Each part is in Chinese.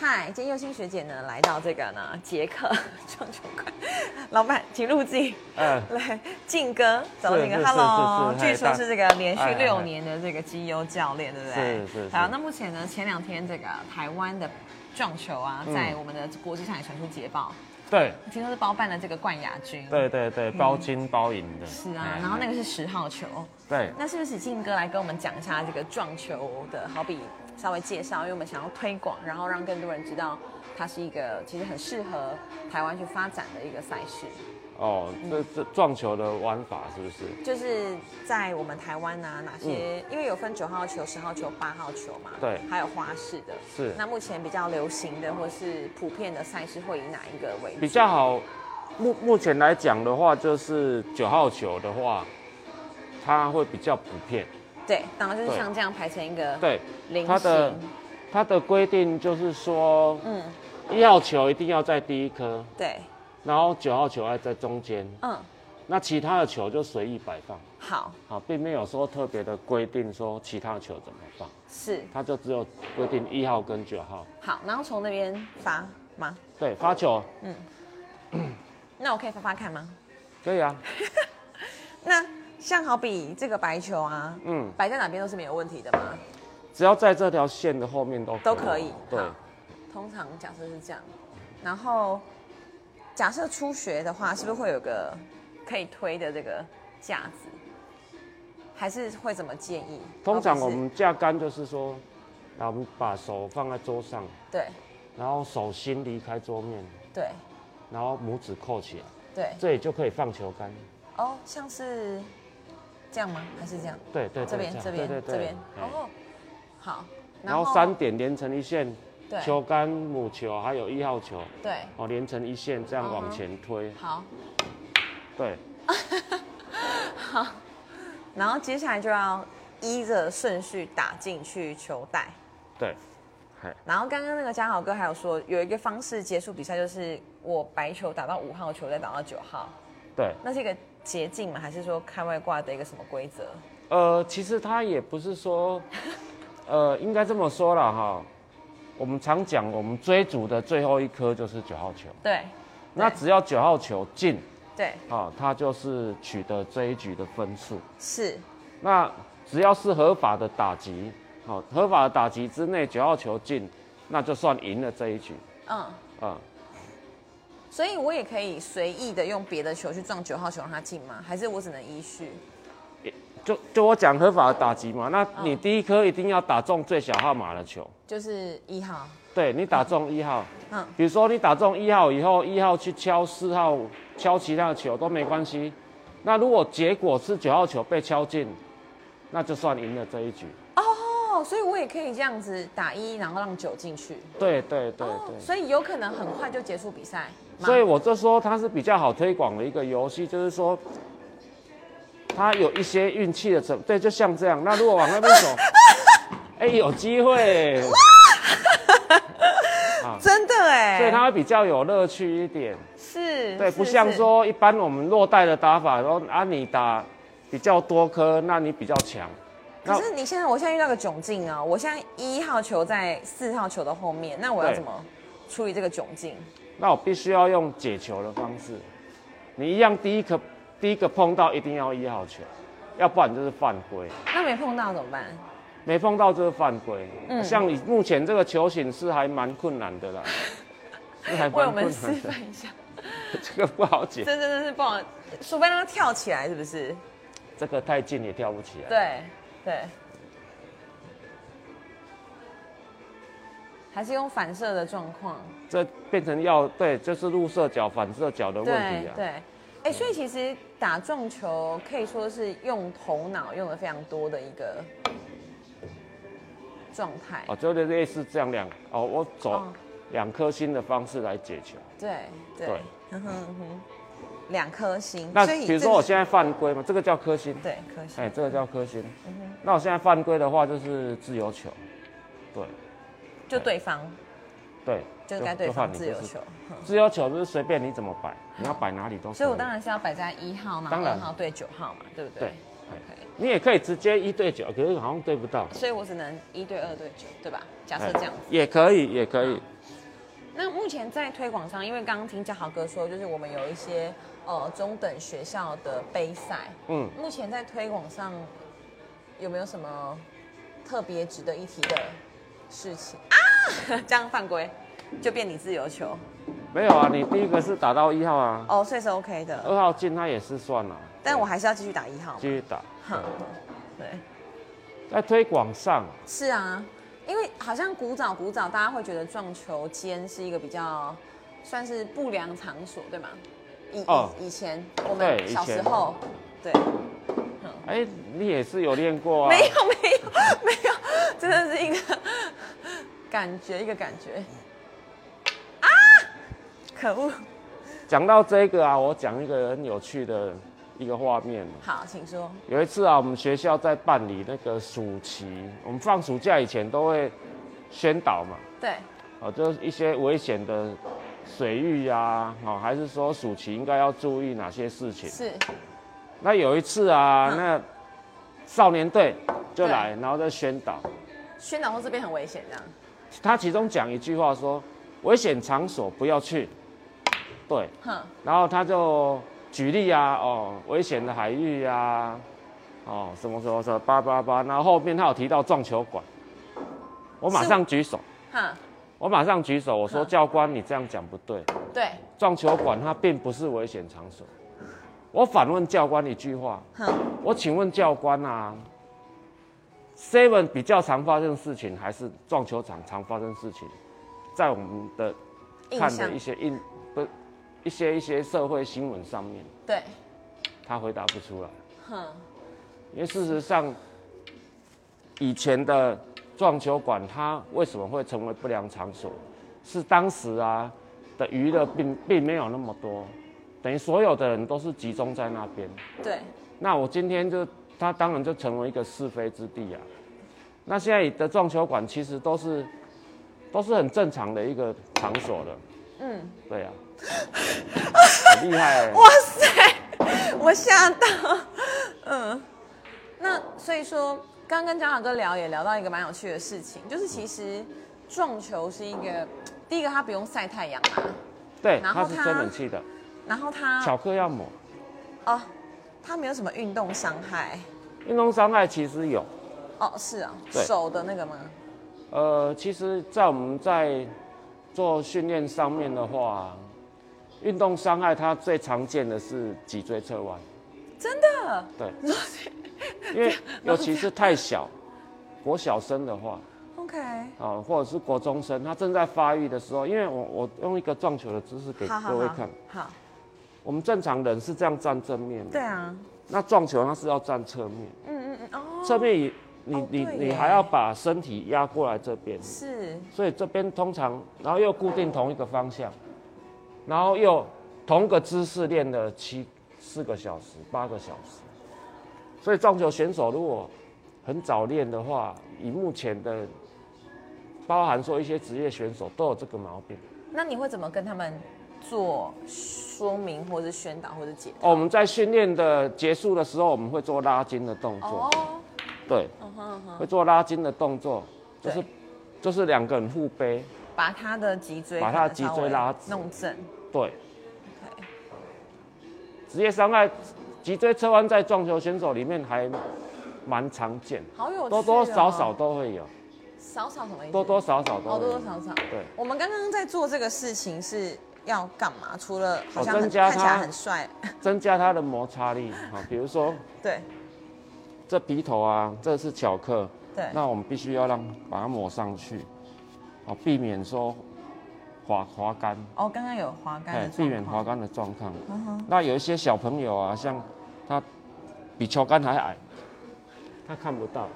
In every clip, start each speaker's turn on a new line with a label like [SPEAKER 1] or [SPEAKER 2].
[SPEAKER 1] 嗨，今天佑心学姐呢来到这个呢捷克撞球馆，老板请入境。
[SPEAKER 2] 嗯，
[SPEAKER 1] 来，靖哥，找到
[SPEAKER 2] 是
[SPEAKER 1] 靖哥
[SPEAKER 2] 是是
[SPEAKER 1] ，Hello，
[SPEAKER 2] 是是
[SPEAKER 1] 据
[SPEAKER 2] 嗨
[SPEAKER 1] 说
[SPEAKER 2] 大
[SPEAKER 1] 是这个连续
[SPEAKER 2] 嗨嗨
[SPEAKER 1] 六
[SPEAKER 2] 嗨
[SPEAKER 1] 年的这个绩优教练，对不对？
[SPEAKER 2] 是是是
[SPEAKER 1] 好，那目前呢，前两天这个台湾的撞球啊，
[SPEAKER 2] 嗯
[SPEAKER 1] 在我们的国际上也传出捷报，
[SPEAKER 2] 对
[SPEAKER 1] 听说是包办了这个冠亚军。。
[SPEAKER 2] 对对对，包金包银的。
[SPEAKER 1] 是啊
[SPEAKER 2] 哎，
[SPEAKER 1] 然后那个是十号球，
[SPEAKER 2] 对
[SPEAKER 1] 那是不是请靖哥来跟我们讲一下这个撞球的好比稍微介绍？因为我们想要推广，然后让更多人知道它是一个其实很适合台湾去发展的一个赛事。
[SPEAKER 2] 哦，这这撞球的玩法是不是？
[SPEAKER 1] 就是在我们台湾啊，哪些、因为有分九号球、十号球、八号球嘛，
[SPEAKER 2] 嗯对
[SPEAKER 1] 还有花式的。
[SPEAKER 2] 是
[SPEAKER 1] 那目前比较流行的或是普遍的赛事会以哪一个为主？
[SPEAKER 2] 比较好。目目前来讲的话，就是九号球的话，它会比较普遍。
[SPEAKER 1] 对，然后就是
[SPEAKER 2] 对
[SPEAKER 1] 像这样排成一个
[SPEAKER 2] 对，
[SPEAKER 1] 菱
[SPEAKER 2] 它的
[SPEAKER 1] 形。
[SPEAKER 2] 它的规定就是说，
[SPEAKER 1] 嗯，
[SPEAKER 2] 一号球一定要在第一颗，
[SPEAKER 1] 对，
[SPEAKER 2] 然后九号球要在中间，
[SPEAKER 1] 嗯，
[SPEAKER 2] 那其他的球就随意摆放。
[SPEAKER 1] 好，
[SPEAKER 2] 好，并没有说特别的规定说其他球怎么放，
[SPEAKER 1] 是
[SPEAKER 2] 它就只有规定一号跟九号。
[SPEAKER 1] 好，然后从那边发吗？
[SPEAKER 2] 对，发球
[SPEAKER 1] 那我可以发发看吗？
[SPEAKER 2] 可以啊，
[SPEAKER 1] 那像好比这个白球啊，
[SPEAKER 2] 嗯，
[SPEAKER 1] 摆在哪边都是没有问题的吗？
[SPEAKER 2] 只要在这条线的后面都
[SPEAKER 1] 都可以
[SPEAKER 2] 对
[SPEAKER 1] 好，通常假设是这样，然后假设初学的话，是不是会有个可以推的这个架子？还是会怎么建议？
[SPEAKER 2] 通常
[SPEAKER 1] 而不
[SPEAKER 2] 我
[SPEAKER 1] 是
[SPEAKER 2] 们架杆就是说，那我们把手放在桌上，
[SPEAKER 1] 对
[SPEAKER 2] 然后手心离开桌面，
[SPEAKER 1] 对
[SPEAKER 2] 然后拇指扣起来，
[SPEAKER 1] 对
[SPEAKER 2] 这里就可以放球杆。
[SPEAKER 1] 哦，像是这样吗？还是这样？
[SPEAKER 2] 对对对，
[SPEAKER 1] 这边
[SPEAKER 2] 样
[SPEAKER 1] 这边
[SPEAKER 2] 对
[SPEAKER 1] 这
[SPEAKER 2] 对对
[SPEAKER 1] 边，
[SPEAKER 2] 哎
[SPEAKER 1] 哦，好，
[SPEAKER 2] 然后三点连成一线，
[SPEAKER 1] 对
[SPEAKER 2] 球杆、母球还有一号球，
[SPEAKER 1] 对
[SPEAKER 2] 哦，连成一线这样
[SPEAKER 1] 嗯哼
[SPEAKER 2] 往前推，
[SPEAKER 1] 好，
[SPEAKER 2] 对。
[SPEAKER 1] 然后接下来就要依着顺序打进去球袋。
[SPEAKER 2] 对，嗨，
[SPEAKER 1] 然后刚刚那个嘉豪哥还有说，有一个方式结束比赛就是我白球打到五号球，再打到九号，
[SPEAKER 2] 对，
[SPEAKER 1] 那是一个捷径吗？还是说开外挂的一个什么规则？
[SPEAKER 2] 呃，其实他也不是说， 呃，应该这么说了哈。我们常讲，我们追逐的最后一颗就是九号球，
[SPEAKER 1] 对，
[SPEAKER 2] 那只要九号球进，
[SPEAKER 1] 对，
[SPEAKER 2] 啊，他就是取得这一局的分数。
[SPEAKER 1] 是，
[SPEAKER 2] 那只要是合法的打击，好、合法的打击之内九号球进，那就算赢了这一局
[SPEAKER 1] 嗯，
[SPEAKER 2] 啊。
[SPEAKER 1] 所以我也可以随意的用别的球去撞九号球让它进吗？还是我只能依序？
[SPEAKER 2] 就就我讲合法的打击嘛，那你第一颗一定要打中最小号码的球，
[SPEAKER 1] 就是一号，
[SPEAKER 2] 对你打中一号，
[SPEAKER 1] 嗯，
[SPEAKER 2] 比如说你打中一号以后，一号去敲四号、敲其他的球都没关系。那如果结果是九号球被敲进，那就算赢了这一局。
[SPEAKER 1] 哦，所以我也可以这样子打一，然后让九进去，
[SPEAKER 2] 对对对对。
[SPEAKER 1] 哦所以有可能很快就结束比赛吗。
[SPEAKER 2] 所以我就说它是比较好推广的一个游戏，就是说它有一些运气的成分，对，就像这样。那如果往那边 走，哎、有机会，
[SPEAKER 1] 真的哎，
[SPEAKER 2] 所以它会比较有乐趣一点。
[SPEAKER 1] 是，
[SPEAKER 2] 对，
[SPEAKER 1] 是
[SPEAKER 2] 不像
[SPEAKER 1] 是
[SPEAKER 2] 说一般我们落袋的打法，然后啊你打比较多颗，那你比较强。那
[SPEAKER 1] 可是你现在，我现在遇到个窘境啊！我现在一号球在四号球的后面，那我要
[SPEAKER 2] 对
[SPEAKER 1] 怎么处理这个窘境？
[SPEAKER 2] 那我必须要用解球的方式，你一样第一颗第一个碰到一定要一号球，要不然就是犯规，
[SPEAKER 1] 那没碰到怎么办？
[SPEAKER 2] 没碰到就是犯规。啊
[SPEAKER 1] 嗯
[SPEAKER 2] 像你目前这个球形是还蛮困 难的啦，是还
[SPEAKER 1] 为我
[SPEAKER 2] 蛮困
[SPEAKER 1] 们示
[SPEAKER 2] 难的，
[SPEAKER 1] 范一下，
[SPEAKER 2] 这个不好解，
[SPEAKER 1] 这真的是不好，除非让他跳起来，是不是？
[SPEAKER 2] 这个太近也跳不起来。
[SPEAKER 1] 对对，还是用反射的状况。
[SPEAKER 2] 这变成要对，就是入射角、反射角的问
[SPEAKER 1] 对
[SPEAKER 2] 题啊。
[SPEAKER 1] 对，哎、所以其实打撞球可以说是用头脑用的非常多的一个状态。
[SPEAKER 2] 哦，就是类似这样两哦，我走
[SPEAKER 1] 哦
[SPEAKER 2] 两颗星的方式来解球。
[SPEAKER 1] 对对
[SPEAKER 2] 对，
[SPEAKER 1] 嗯哼嗯哼，两颗星。
[SPEAKER 2] 那
[SPEAKER 1] 所以
[SPEAKER 2] 比如
[SPEAKER 1] 这
[SPEAKER 2] 说我
[SPEAKER 1] 是
[SPEAKER 2] 现在犯规嘛，这个叫颗星，
[SPEAKER 1] 对嗯颗星，
[SPEAKER 2] 哎，这个叫颗星。那我现在犯规的话就是自由球，对
[SPEAKER 1] 就对方
[SPEAKER 2] 对，
[SPEAKER 1] 就该对
[SPEAKER 2] 换
[SPEAKER 1] 方
[SPEAKER 2] 你
[SPEAKER 1] 自
[SPEAKER 2] 哎就
[SPEAKER 1] 由
[SPEAKER 2] 是
[SPEAKER 1] 球。哼
[SPEAKER 2] 自由球就是随便你怎么摆，你要摆哪里都可以。
[SPEAKER 1] 所以我当然是要摆在一号，然
[SPEAKER 2] 当
[SPEAKER 1] 后
[SPEAKER 2] 然
[SPEAKER 1] 二号对九号嘛，对不对？
[SPEAKER 2] 对哎
[SPEAKER 1] OK，
[SPEAKER 2] 你也可以直接一对九，可是好像对不到。
[SPEAKER 1] 所以我只能一对二对九，对吧？假设
[SPEAKER 2] 哎
[SPEAKER 1] 这样子。
[SPEAKER 2] 也可以，也可以。
[SPEAKER 1] 目前在推广上，因为刚刚听嘉豪哥说，就是我们有一些呃中等学校的杯赛，
[SPEAKER 2] 嗯，
[SPEAKER 1] 目前在推广上有没有什么特别值得一提的事情啊？ 这样犯规就变你自由球
[SPEAKER 2] 没有啊，你第一个是打到一号啊，
[SPEAKER 1] 哦，所以是 OK 的，
[SPEAKER 2] 二号进他也是算了、
[SPEAKER 1] 但我还是要继续打一号嘛
[SPEAKER 2] 继。续打。
[SPEAKER 1] 哼，对，
[SPEAKER 2] 在推广上，
[SPEAKER 1] 是啊，因为好像古早古早，大家会觉得撞球间是一个比较算是不良场所，对吗？以、
[SPEAKER 2] 哦
[SPEAKER 1] 以以前我
[SPEAKER 2] 对
[SPEAKER 1] 们
[SPEAKER 2] 以
[SPEAKER 1] 小时
[SPEAKER 2] 前
[SPEAKER 1] 候，对，
[SPEAKER 2] 哎、你也是有练过啊？
[SPEAKER 1] 没有没有没有，真的是一个感觉一个感觉啊！啊可恶，
[SPEAKER 2] 讲到这个啊，我讲一个很有趣的一个画面。
[SPEAKER 1] 好，请说。
[SPEAKER 2] 有一次啊，我们学校在办理那个暑期，我们放暑假以前都会宣导嘛，
[SPEAKER 1] 对，
[SPEAKER 2] 哦，就是一些危险的水域啊，哦，还是说暑期应该要注意哪些事情？
[SPEAKER 1] 是
[SPEAKER 2] 那有一次啊，
[SPEAKER 1] 嗯
[SPEAKER 2] 那少年队就
[SPEAKER 1] 对
[SPEAKER 2] 来，然后在宣导，
[SPEAKER 1] 宣导说这边很危险，这样
[SPEAKER 2] 他其中讲一句话说：“危险场所不要去。”对，
[SPEAKER 1] 哼，
[SPEAKER 2] 然后他就举例啊，哦，危险的海域啊，哦，什么什么什么叭叭叭，然后后面他有提到撞球馆，我马上举手，
[SPEAKER 1] 哼，
[SPEAKER 2] 我马上举手，我说
[SPEAKER 1] 嗯
[SPEAKER 2] 教官你这样讲不对，
[SPEAKER 1] 对，
[SPEAKER 2] 撞球馆它并不是危险场所。我反问教官一句话，
[SPEAKER 1] 哼，
[SPEAKER 2] 我请问教官啊，Seven 比较常发生的事情，还是撞球场常发生的事情，在我们的
[SPEAKER 1] 印
[SPEAKER 2] 看的
[SPEAKER 1] 象
[SPEAKER 2] 一些印不一些一些社会新闻上面，
[SPEAKER 1] 对，
[SPEAKER 2] 他回答不出来，
[SPEAKER 1] 哼，
[SPEAKER 2] 因为事实上，以前的撞球馆它为什么会成为不良场所，是当时啊的娱乐并并没有那么多，等于所有的人都是集中在那边。
[SPEAKER 1] 对，
[SPEAKER 2] 那我今天就它当然就成为一个是非之地啊。那现在的撞球馆其实都是都是很正常的一个场所了，
[SPEAKER 1] 嗯。
[SPEAKER 2] 对啊，很厉害、欸。
[SPEAKER 1] 哇塞，我吓到。嗯，那所以说，刚刚跟张老哥聊也聊到一个蛮有趣的事情，就是其实撞球是一个，第一个它不用晒太阳嘛，
[SPEAKER 2] 对，
[SPEAKER 1] 然
[SPEAKER 2] 它
[SPEAKER 1] 后
[SPEAKER 2] 是
[SPEAKER 1] 它啊
[SPEAKER 2] 吹冷气的，
[SPEAKER 1] 然后它
[SPEAKER 2] 巧克要抹。
[SPEAKER 1] 哦，它没有什么运动伤害。
[SPEAKER 2] 运动伤害其实有，
[SPEAKER 1] 哦，是啊，
[SPEAKER 2] 对
[SPEAKER 1] 手的那个吗？
[SPEAKER 2] 呃，其实，在我们在做训练上面的话，运动伤害它最常见的是脊椎侧弯，
[SPEAKER 1] 真的，
[SPEAKER 2] 对， 因为尤其是太小，国小生的话，
[SPEAKER 1] ，OK，
[SPEAKER 2] 啊，或者是国中生，他正在发育的时候，因为我我用一个撞球的姿势给
[SPEAKER 1] 好
[SPEAKER 2] 各
[SPEAKER 1] 好
[SPEAKER 2] 位
[SPEAKER 1] 好
[SPEAKER 2] 看，，
[SPEAKER 1] 好，
[SPEAKER 2] 我们正常人是这样站正面
[SPEAKER 1] 对
[SPEAKER 2] 的，
[SPEAKER 1] 啊，
[SPEAKER 2] 那撞球它是要站侧面，
[SPEAKER 1] 嗯嗯嗯，哦，
[SPEAKER 2] 侧面也你
[SPEAKER 1] 哦
[SPEAKER 2] 你
[SPEAKER 1] 对
[SPEAKER 2] 你
[SPEAKER 1] 耶
[SPEAKER 2] 还要把身体压过来这边，
[SPEAKER 1] 是，
[SPEAKER 2] 所以这边通常，然后又固定同一个方向，然后又同一个姿势练了七四个小时、八个小时。所以撞球选手如果很早练的话，以目前的，包含说一些职业选手都有这个毛病。
[SPEAKER 1] 那你会怎么跟他们做说明，或者宣导，或者解？
[SPEAKER 2] 哦，我们在训练的结束的时候，我们会做拉筋的动作，
[SPEAKER 1] 哦，
[SPEAKER 2] 对，
[SPEAKER 1] 嗯哼嗯哼。
[SPEAKER 2] 会做拉筋的动作，就是
[SPEAKER 1] 对
[SPEAKER 2] 就是两个人互背，
[SPEAKER 1] 把他的脊椎，
[SPEAKER 2] 把他的脊椎拉直
[SPEAKER 1] 弄正。
[SPEAKER 2] 对，
[SPEAKER 1] OK，
[SPEAKER 2] 职业伤害、脊椎侧弯在撞球选手里面还蛮常见，
[SPEAKER 1] 好有趣、哦，
[SPEAKER 2] 多多少少都会有，
[SPEAKER 1] 少少什么意思？
[SPEAKER 2] 多多少少都
[SPEAKER 1] 哦，多
[SPEAKER 2] 会
[SPEAKER 1] 多
[SPEAKER 2] 有。
[SPEAKER 1] 少少。
[SPEAKER 2] 对，
[SPEAKER 1] 我们刚刚在做这个事情是要干嘛？除了好像
[SPEAKER 2] 哦
[SPEAKER 1] 很
[SPEAKER 2] 增加
[SPEAKER 1] 看起来
[SPEAKER 2] 他
[SPEAKER 1] 很帅，
[SPEAKER 2] 增加它的摩擦力啊，比如说
[SPEAKER 1] 对
[SPEAKER 2] 这皮头啊，这是巧克，
[SPEAKER 1] 对
[SPEAKER 2] 那我们必须要让把它抹上去，哦，避免说滑滑杆，
[SPEAKER 1] 哦，刚刚有滑杆的
[SPEAKER 2] 避免
[SPEAKER 1] 状
[SPEAKER 2] 哎滑
[SPEAKER 1] 况。
[SPEAKER 2] 杆的状况。
[SPEAKER 1] 嗯哼，
[SPEAKER 2] 那有一些小朋友啊，像他比球杆还矮，他看不到。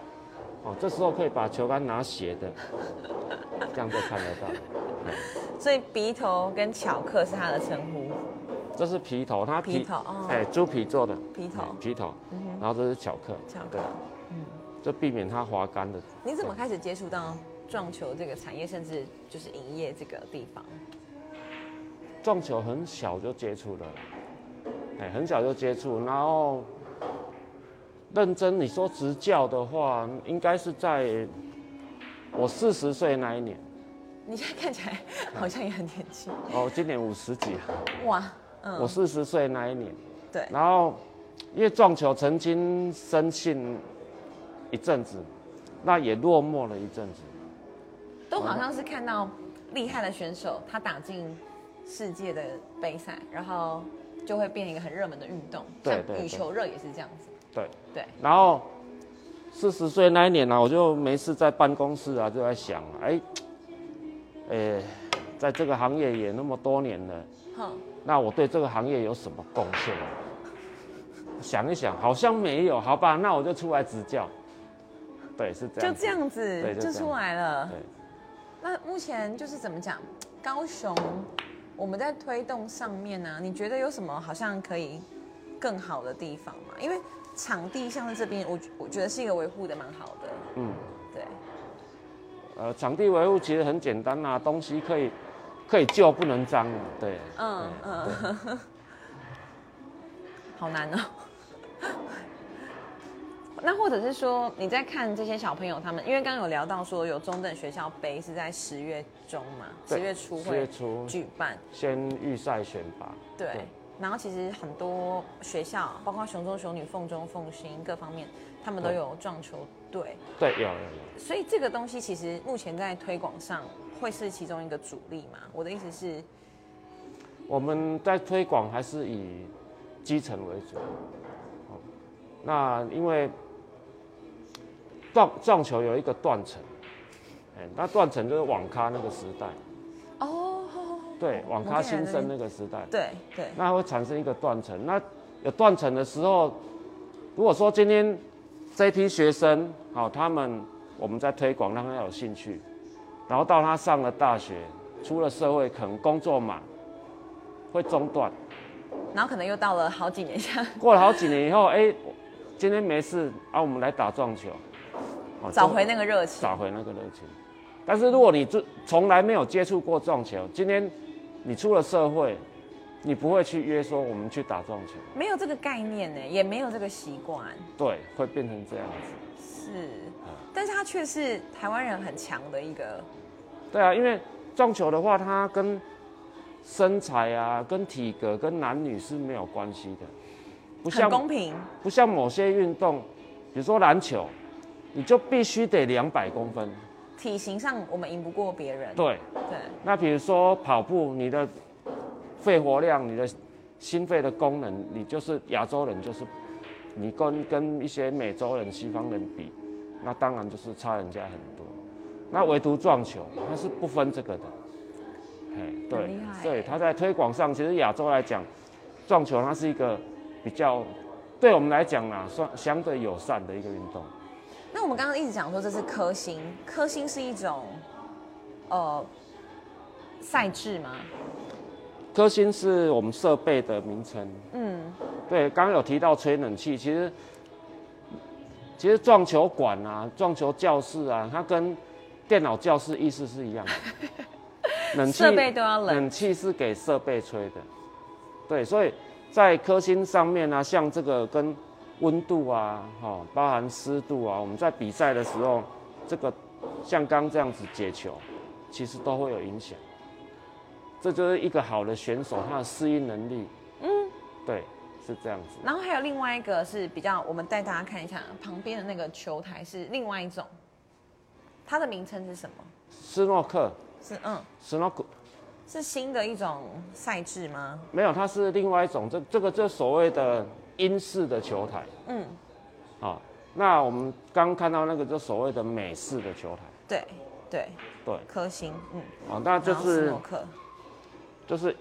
[SPEAKER 2] 哦，这时候可以把球杆拿斜 的，这样就看得到。
[SPEAKER 1] 所以鼻头跟巧克是他的称呼。
[SPEAKER 2] 这是皮头，它
[SPEAKER 1] 皮头哦
[SPEAKER 2] 哎，猪皮做的
[SPEAKER 1] 皮头嗯
[SPEAKER 2] 哎皮头，然后这是巧克，
[SPEAKER 1] 巧克
[SPEAKER 2] 对，就避免它滑杆的。
[SPEAKER 1] 你怎么开始接触到撞球这个产业，甚至就是营业这个地方？
[SPEAKER 2] 撞球很小就接触了啦，哎，很小就接触，然后认真你说执教的话，应该是在我四十岁那一年，
[SPEAKER 1] 你现在看起来好像也很年轻，
[SPEAKER 2] 哦，今年五十几，
[SPEAKER 1] 哇，
[SPEAKER 2] 我
[SPEAKER 1] 嗯，
[SPEAKER 2] 四十岁那一年，
[SPEAKER 1] 对，
[SPEAKER 2] 然后因为撞球曾经深信一阵子，那也落寞了一阵子。
[SPEAKER 1] 都好像是看到厉害的选手他打进世界的杯赛，然后就会变一个很热门的运动，
[SPEAKER 2] 对
[SPEAKER 1] 像
[SPEAKER 2] 对对
[SPEAKER 1] 羽球热也是这样子，
[SPEAKER 2] 对，
[SPEAKER 1] 对，
[SPEAKER 2] 然后四十岁那一年呢、我就没事在办公室啊，就在想，哎，呃，在这个行业也那么多年了，
[SPEAKER 1] 哼，
[SPEAKER 2] 那我对这个行业有什么贡献啊？想一想，好像没有，好吧，那我就出来执教。对，是这
[SPEAKER 1] 就
[SPEAKER 2] 样。
[SPEAKER 1] 这。样子
[SPEAKER 2] 对就
[SPEAKER 1] 就
[SPEAKER 2] 这样
[SPEAKER 1] 出来了。
[SPEAKER 2] 对，
[SPEAKER 1] 那目前就是怎么讲，高雄我们在推动上面呢、你觉得有什么好像可以更好的地方吗？因为场地像是这边，我我觉得是一个维护的蛮好的，
[SPEAKER 2] 嗯，
[SPEAKER 1] 对，
[SPEAKER 2] 呃，场地维护其实很简单呐、东西可以可以旧，不能脏啊。对，
[SPEAKER 1] 嗯
[SPEAKER 2] 对
[SPEAKER 1] 嗯， 好难哦。 那或者是说你在看这些小朋友他们，因为刚刚有聊到说有中等学校杯是在十月中嘛，
[SPEAKER 2] 对
[SPEAKER 1] 十月初
[SPEAKER 2] 十月
[SPEAKER 1] 会
[SPEAKER 2] 初
[SPEAKER 1] 举办，
[SPEAKER 2] 先预赛选拔。
[SPEAKER 1] 对，然后其实很多学校，包括雄中、雄女、凤中、凤新各方面，他们都
[SPEAKER 2] 对
[SPEAKER 1] 有撞球队，
[SPEAKER 2] 对，有有有。
[SPEAKER 1] 所以这个东西其实目前在推广上会是其中一个主力嘛。我的意思是，
[SPEAKER 2] 我们在推广还是以基层为主。哦那因为撞撞球有一个断层，哎、那断层就是网咖那个时代，
[SPEAKER 1] 哦，
[SPEAKER 2] 对，网咖新生那个时代，
[SPEAKER 1] 对对，
[SPEAKER 2] 那会产生一个断层。那有断层的时候，如果说今天这批学生，好、他们我们在推广，让他有兴趣，然后到他上了大学，出了社会，可能工作嘛，会中断。
[SPEAKER 1] 然后可能又到了好几年 下，
[SPEAKER 2] 过了好几年以后，哎、我今天没事啊，我们来打撞球，哦
[SPEAKER 1] 找回那个热情
[SPEAKER 2] 找，回那个热情。但是如果你就从来没有接触过撞球，今天你出了社会，你不会去约说我们去打撞球，
[SPEAKER 1] 没有这个概念呢，也没有这个习惯，
[SPEAKER 2] 对，会变成这样子。
[SPEAKER 1] 是，
[SPEAKER 2] 啊
[SPEAKER 1] 但是它却是台湾人很强的一个，
[SPEAKER 2] 对啊，因为撞球的话，它跟身材啊、跟体格、跟男女是没有关系的，不
[SPEAKER 1] 很
[SPEAKER 2] 像
[SPEAKER 1] 公平，
[SPEAKER 2] 不像某些运动，比如说篮球，你就必须得两百公分。
[SPEAKER 1] 体型上我们赢不过别人，
[SPEAKER 2] 对，
[SPEAKER 1] 对。
[SPEAKER 2] 那比如说跑步，你的肺活量、你的心肺的功能，你就是亚洲人，就是你跟跟一些美洲人、西方人比，那当然就是差人家很多。那唯独撞球，它是不分这个的。嘿，
[SPEAKER 1] 很
[SPEAKER 2] 对
[SPEAKER 1] 厉害，
[SPEAKER 2] 对，它在推广上，其实亚洲来讲，撞球它是一个比较对我们来讲啊，算相对友善的一个运动。
[SPEAKER 1] 那我们刚刚一直讲说这是科星，科星是一种呃赛制吗？
[SPEAKER 2] 科兴是我们设备的名称。
[SPEAKER 1] 嗯，
[SPEAKER 2] 对，刚刚有提到吹冷气，其实其实撞球馆啊、撞球教室啊，它跟电脑教室意思是一样 的。冷气
[SPEAKER 1] 设备都要冷
[SPEAKER 2] 冷气是给设备吹的，对，所以在科兴上面呢、啊，像这个跟温度啊，哦，包含湿度啊，我们在比赛的时候，这个像刚这样子解球，其实都会有影响。这就是一个好的选手他的适应能力。嗯，对，是这样子。
[SPEAKER 1] 然后还有另外一个是比较，我们带大家看一下旁边的那个球台是另外一种，它的名称是什么？
[SPEAKER 2] 斯诺克，
[SPEAKER 1] 是嗯，
[SPEAKER 2] 斯诺克
[SPEAKER 1] 是新的一种赛制吗？
[SPEAKER 2] 没有，它是另外一种，这这个就所谓的英式的球台
[SPEAKER 1] 嗯，
[SPEAKER 2] 啊、那我们刚看到那个就所谓的美式的球台，
[SPEAKER 1] 对对，
[SPEAKER 2] 对，
[SPEAKER 1] 科星，嗯，
[SPEAKER 2] 啊、那就
[SPEAKER 1] 然后斯
[SPEAKER 2] 是
[SPEAKER 1] 诺克，
[SPEAKER 2] 就是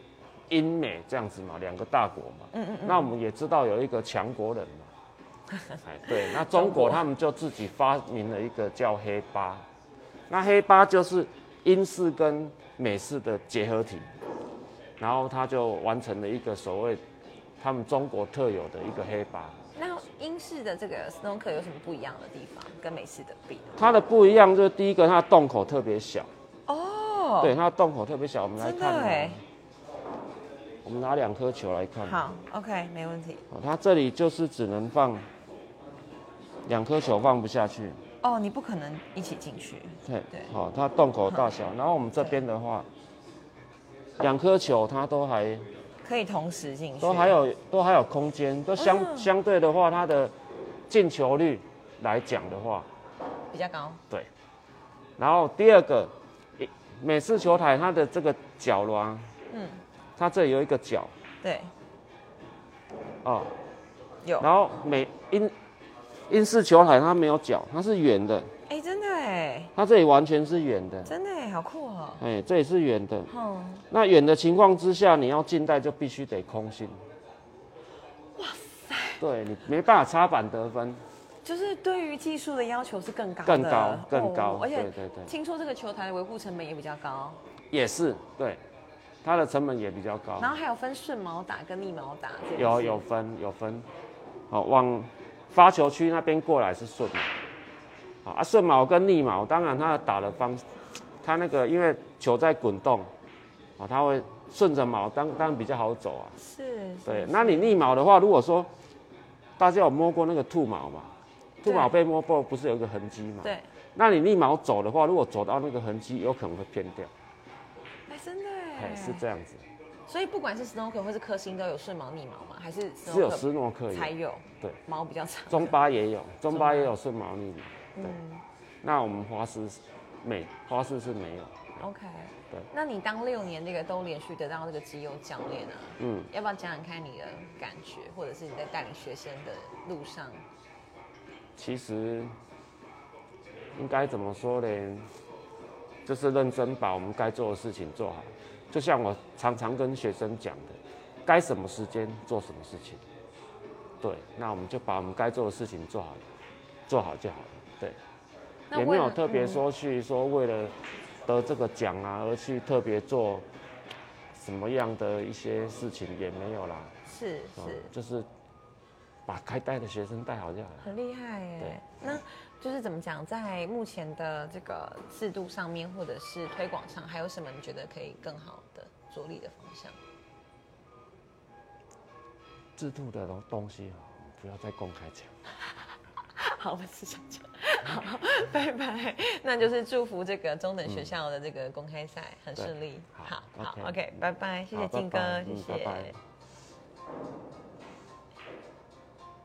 [SPEAKER 2] 英美这样子嘛，两个大国嘛。嗯嗯那我们也知道有一个强国人嘛， 哎，对，那中国他们就自己发明了一个叫黑八，那黑八就是英式跟美式的结合体，然后他就完成了一个所谓他们中国特有的一个黑八。
[SPEAKER 1] 那英式的这个斯诺克有什么不一样的地方？跟美式的比呢？
[SPEAKER 2] 它的不一样就是第一个，它的洞口特别小，
[SPEAKER 1] 哦，
[SPEAKER 2] 对，它的洞口特别小。我们来
[SPEAKER 1] 真的
[SPEAKER 2] 看、
[SPEAKER 1] 哎
[SPEAKER 2] 哦，，我们拿两颗球来看。
[SPEAKER 1] 好，OK，没问题。
[SPEAKER 2] 哦，它这里就是只能放两颗球，放不下去。
[SPEAKER 1] 哦，你不可能一起进去，
[SPEAKER 2] 对
[SPEAKER 1] 对，
[SPEAKER 2] 好、它洞口大小，然后我们这边的话，两颗球它都还
[SPEAKER 1] 可以同时进去，
[SPEAKER 2] 都还有都还有空间，都相、
[SPEAKER 1] 嗯
[SPEAKER 2] 相对的话，它的进球率来讲的话，
[SPEAKER 1] 比较高，
[SPEAKER 2] 对。然后第二个，一美式球台它的这个角咯啊，
[SPEAKER 1] 嗯，
[SPEAKER 2] 它这里有一个角
[SPEAKER 1] 对，
[SPEAKER 2] 哦，
[SPEAKER 1] 有，
[SPEAKER 2] 然后美英英式球台它没有角，它是圆的，
[SPEAKER 1] 哎，真的哎，
[SPEAKER 2] 它这里完全是圆的，
[SPEAKER 1] 真的哎，好酷哦，
[SPEAKER 2] 哎，这里是圆的。
[SPEAKER 1] 哼，
[SPEAKER 2] 那远的情况之下，你要近代就必须得空心。哇塞！对你没办法插板得分，
[SPEAKER 1] 就是对于技术的要求是更高的，
[SPEAKER 2] 更高更高
[SPEAKER 1] 哦而且
[SPEAKER 2] 对对对
[SPEAKER 1] 听说这个球台的维护成本也比较高，
[SPEAKER 2] 也是对，它的成本也比较高
[SPEAKER 1] 然。后还有分顺毛打跟逆毛打，这个
[SPEAKER 2] 有
[SPEAKER 1] 是
[SPEAKER 2] 有分有分，好往发球区那边过来是顺毛，好啊顺毛跟逆毛，当然它打的方，它那个因为球在滚动，啊它会顺着毛，当当然比较好走啊。
[SPEAKER 1] 是，是
[SPEAKER 2] 对，那你逆毛的话，如果说大家有摸过那个兔毛嘛，兔
[SPEAKER 1] 对
[SPEAKER 2] 毛被摸过不是有一个痕迹嘛？。
[SPEAKER 1] 对，
[SPEAKER 2] 那你逆毛走的话，如果走到那个痕迹，有可能会偏掉，
[SPEAKER 1] 哎，真的
[SPEAKER 2] 哎，
[SPEAKER 1] 哎，
[SPEAKER 2] 是这样子，
[SPEAKER 1] 所以不管是 snooker 或是克星都有顺毛逆毛嘛，还是
[SPEAKER 2] 只有
[SPEAKER 1] snooker
[SPEAKER 2] 斯诺克
[SPEAKER 1] 才
[SPEAKER 2] 有，
[SPEAKER 1] 有，
[SPEAKER 2] 对，
[SPEAKER 1] 毛比较长。
[SPEAKER 2] 中巴也有，中巴也有顺毛逆毛，
[SPEAKER 1] 嗯
[SPEAKER 2] 那我们花式是没，花式是没有，
[SPEAKER 1] ，OK。
[SPEAKER 2] 对
[SPEAKER 1] 那你当六年这个都连续得到这个绩优教练啊，
[SPEAKER 2] 嗯，
[SPEAKER 1] 要不要讲讲看你的感觉，或者是你在带领学生的路上？
[SPEAKER 2] 其实应该怎么说呢？就是认真把我们该做的事情做好。就像我常常跟学生讲的，该什么时间做什么事情。对，那我们就把我们该做的事情做好，做好就好了。对，
[SPEAKER 1] 那
[SPEAKER 2] 也没
[SPEAKER 1] 为了
[SPEAKER 2] 有特别
[SPEAKER 1] 嗯
[SPEAKER 2] 说去说为了得这个奖啊而去特别做什么样的一些事情也没有啦。
[SPEAKER 1] 是
[SPEAKER 2] 嗯
[SPEAKER 1] 是，
[SPEAKER 2] 就是把该带的学生带好就好了。
[SPEAKER 1] 很厉害耶。那就是怎么讲，在目前的这个制度上面，或者是推广上，还有什么你觉得可以更好的着力的方向？
[SPEAKER 2] 制度的东东西啊，不要再公开讲。
[SPEAKER 1] 好，我是想讲，好，拜拜。那就是祝福这个中等学校的这个公开赛很顺利。
[SPEAKER 2] 对
[SPEAKER 1] 嗯好
[SPEAKER 2] 好
[SPEAKER 1] 好
[SPEAKER 2] OK
[SPEAKER 1] ，OK，拜拜，谢谢
[SPEAKER 2] 好嗯
[SPEAKER 1] 金哥
[SPEAKER 2] 拜拜，
[SPEAKER 1] 谢
[SPEAKER 2] 嗯拜拜
[SPEAKER 1] 谢。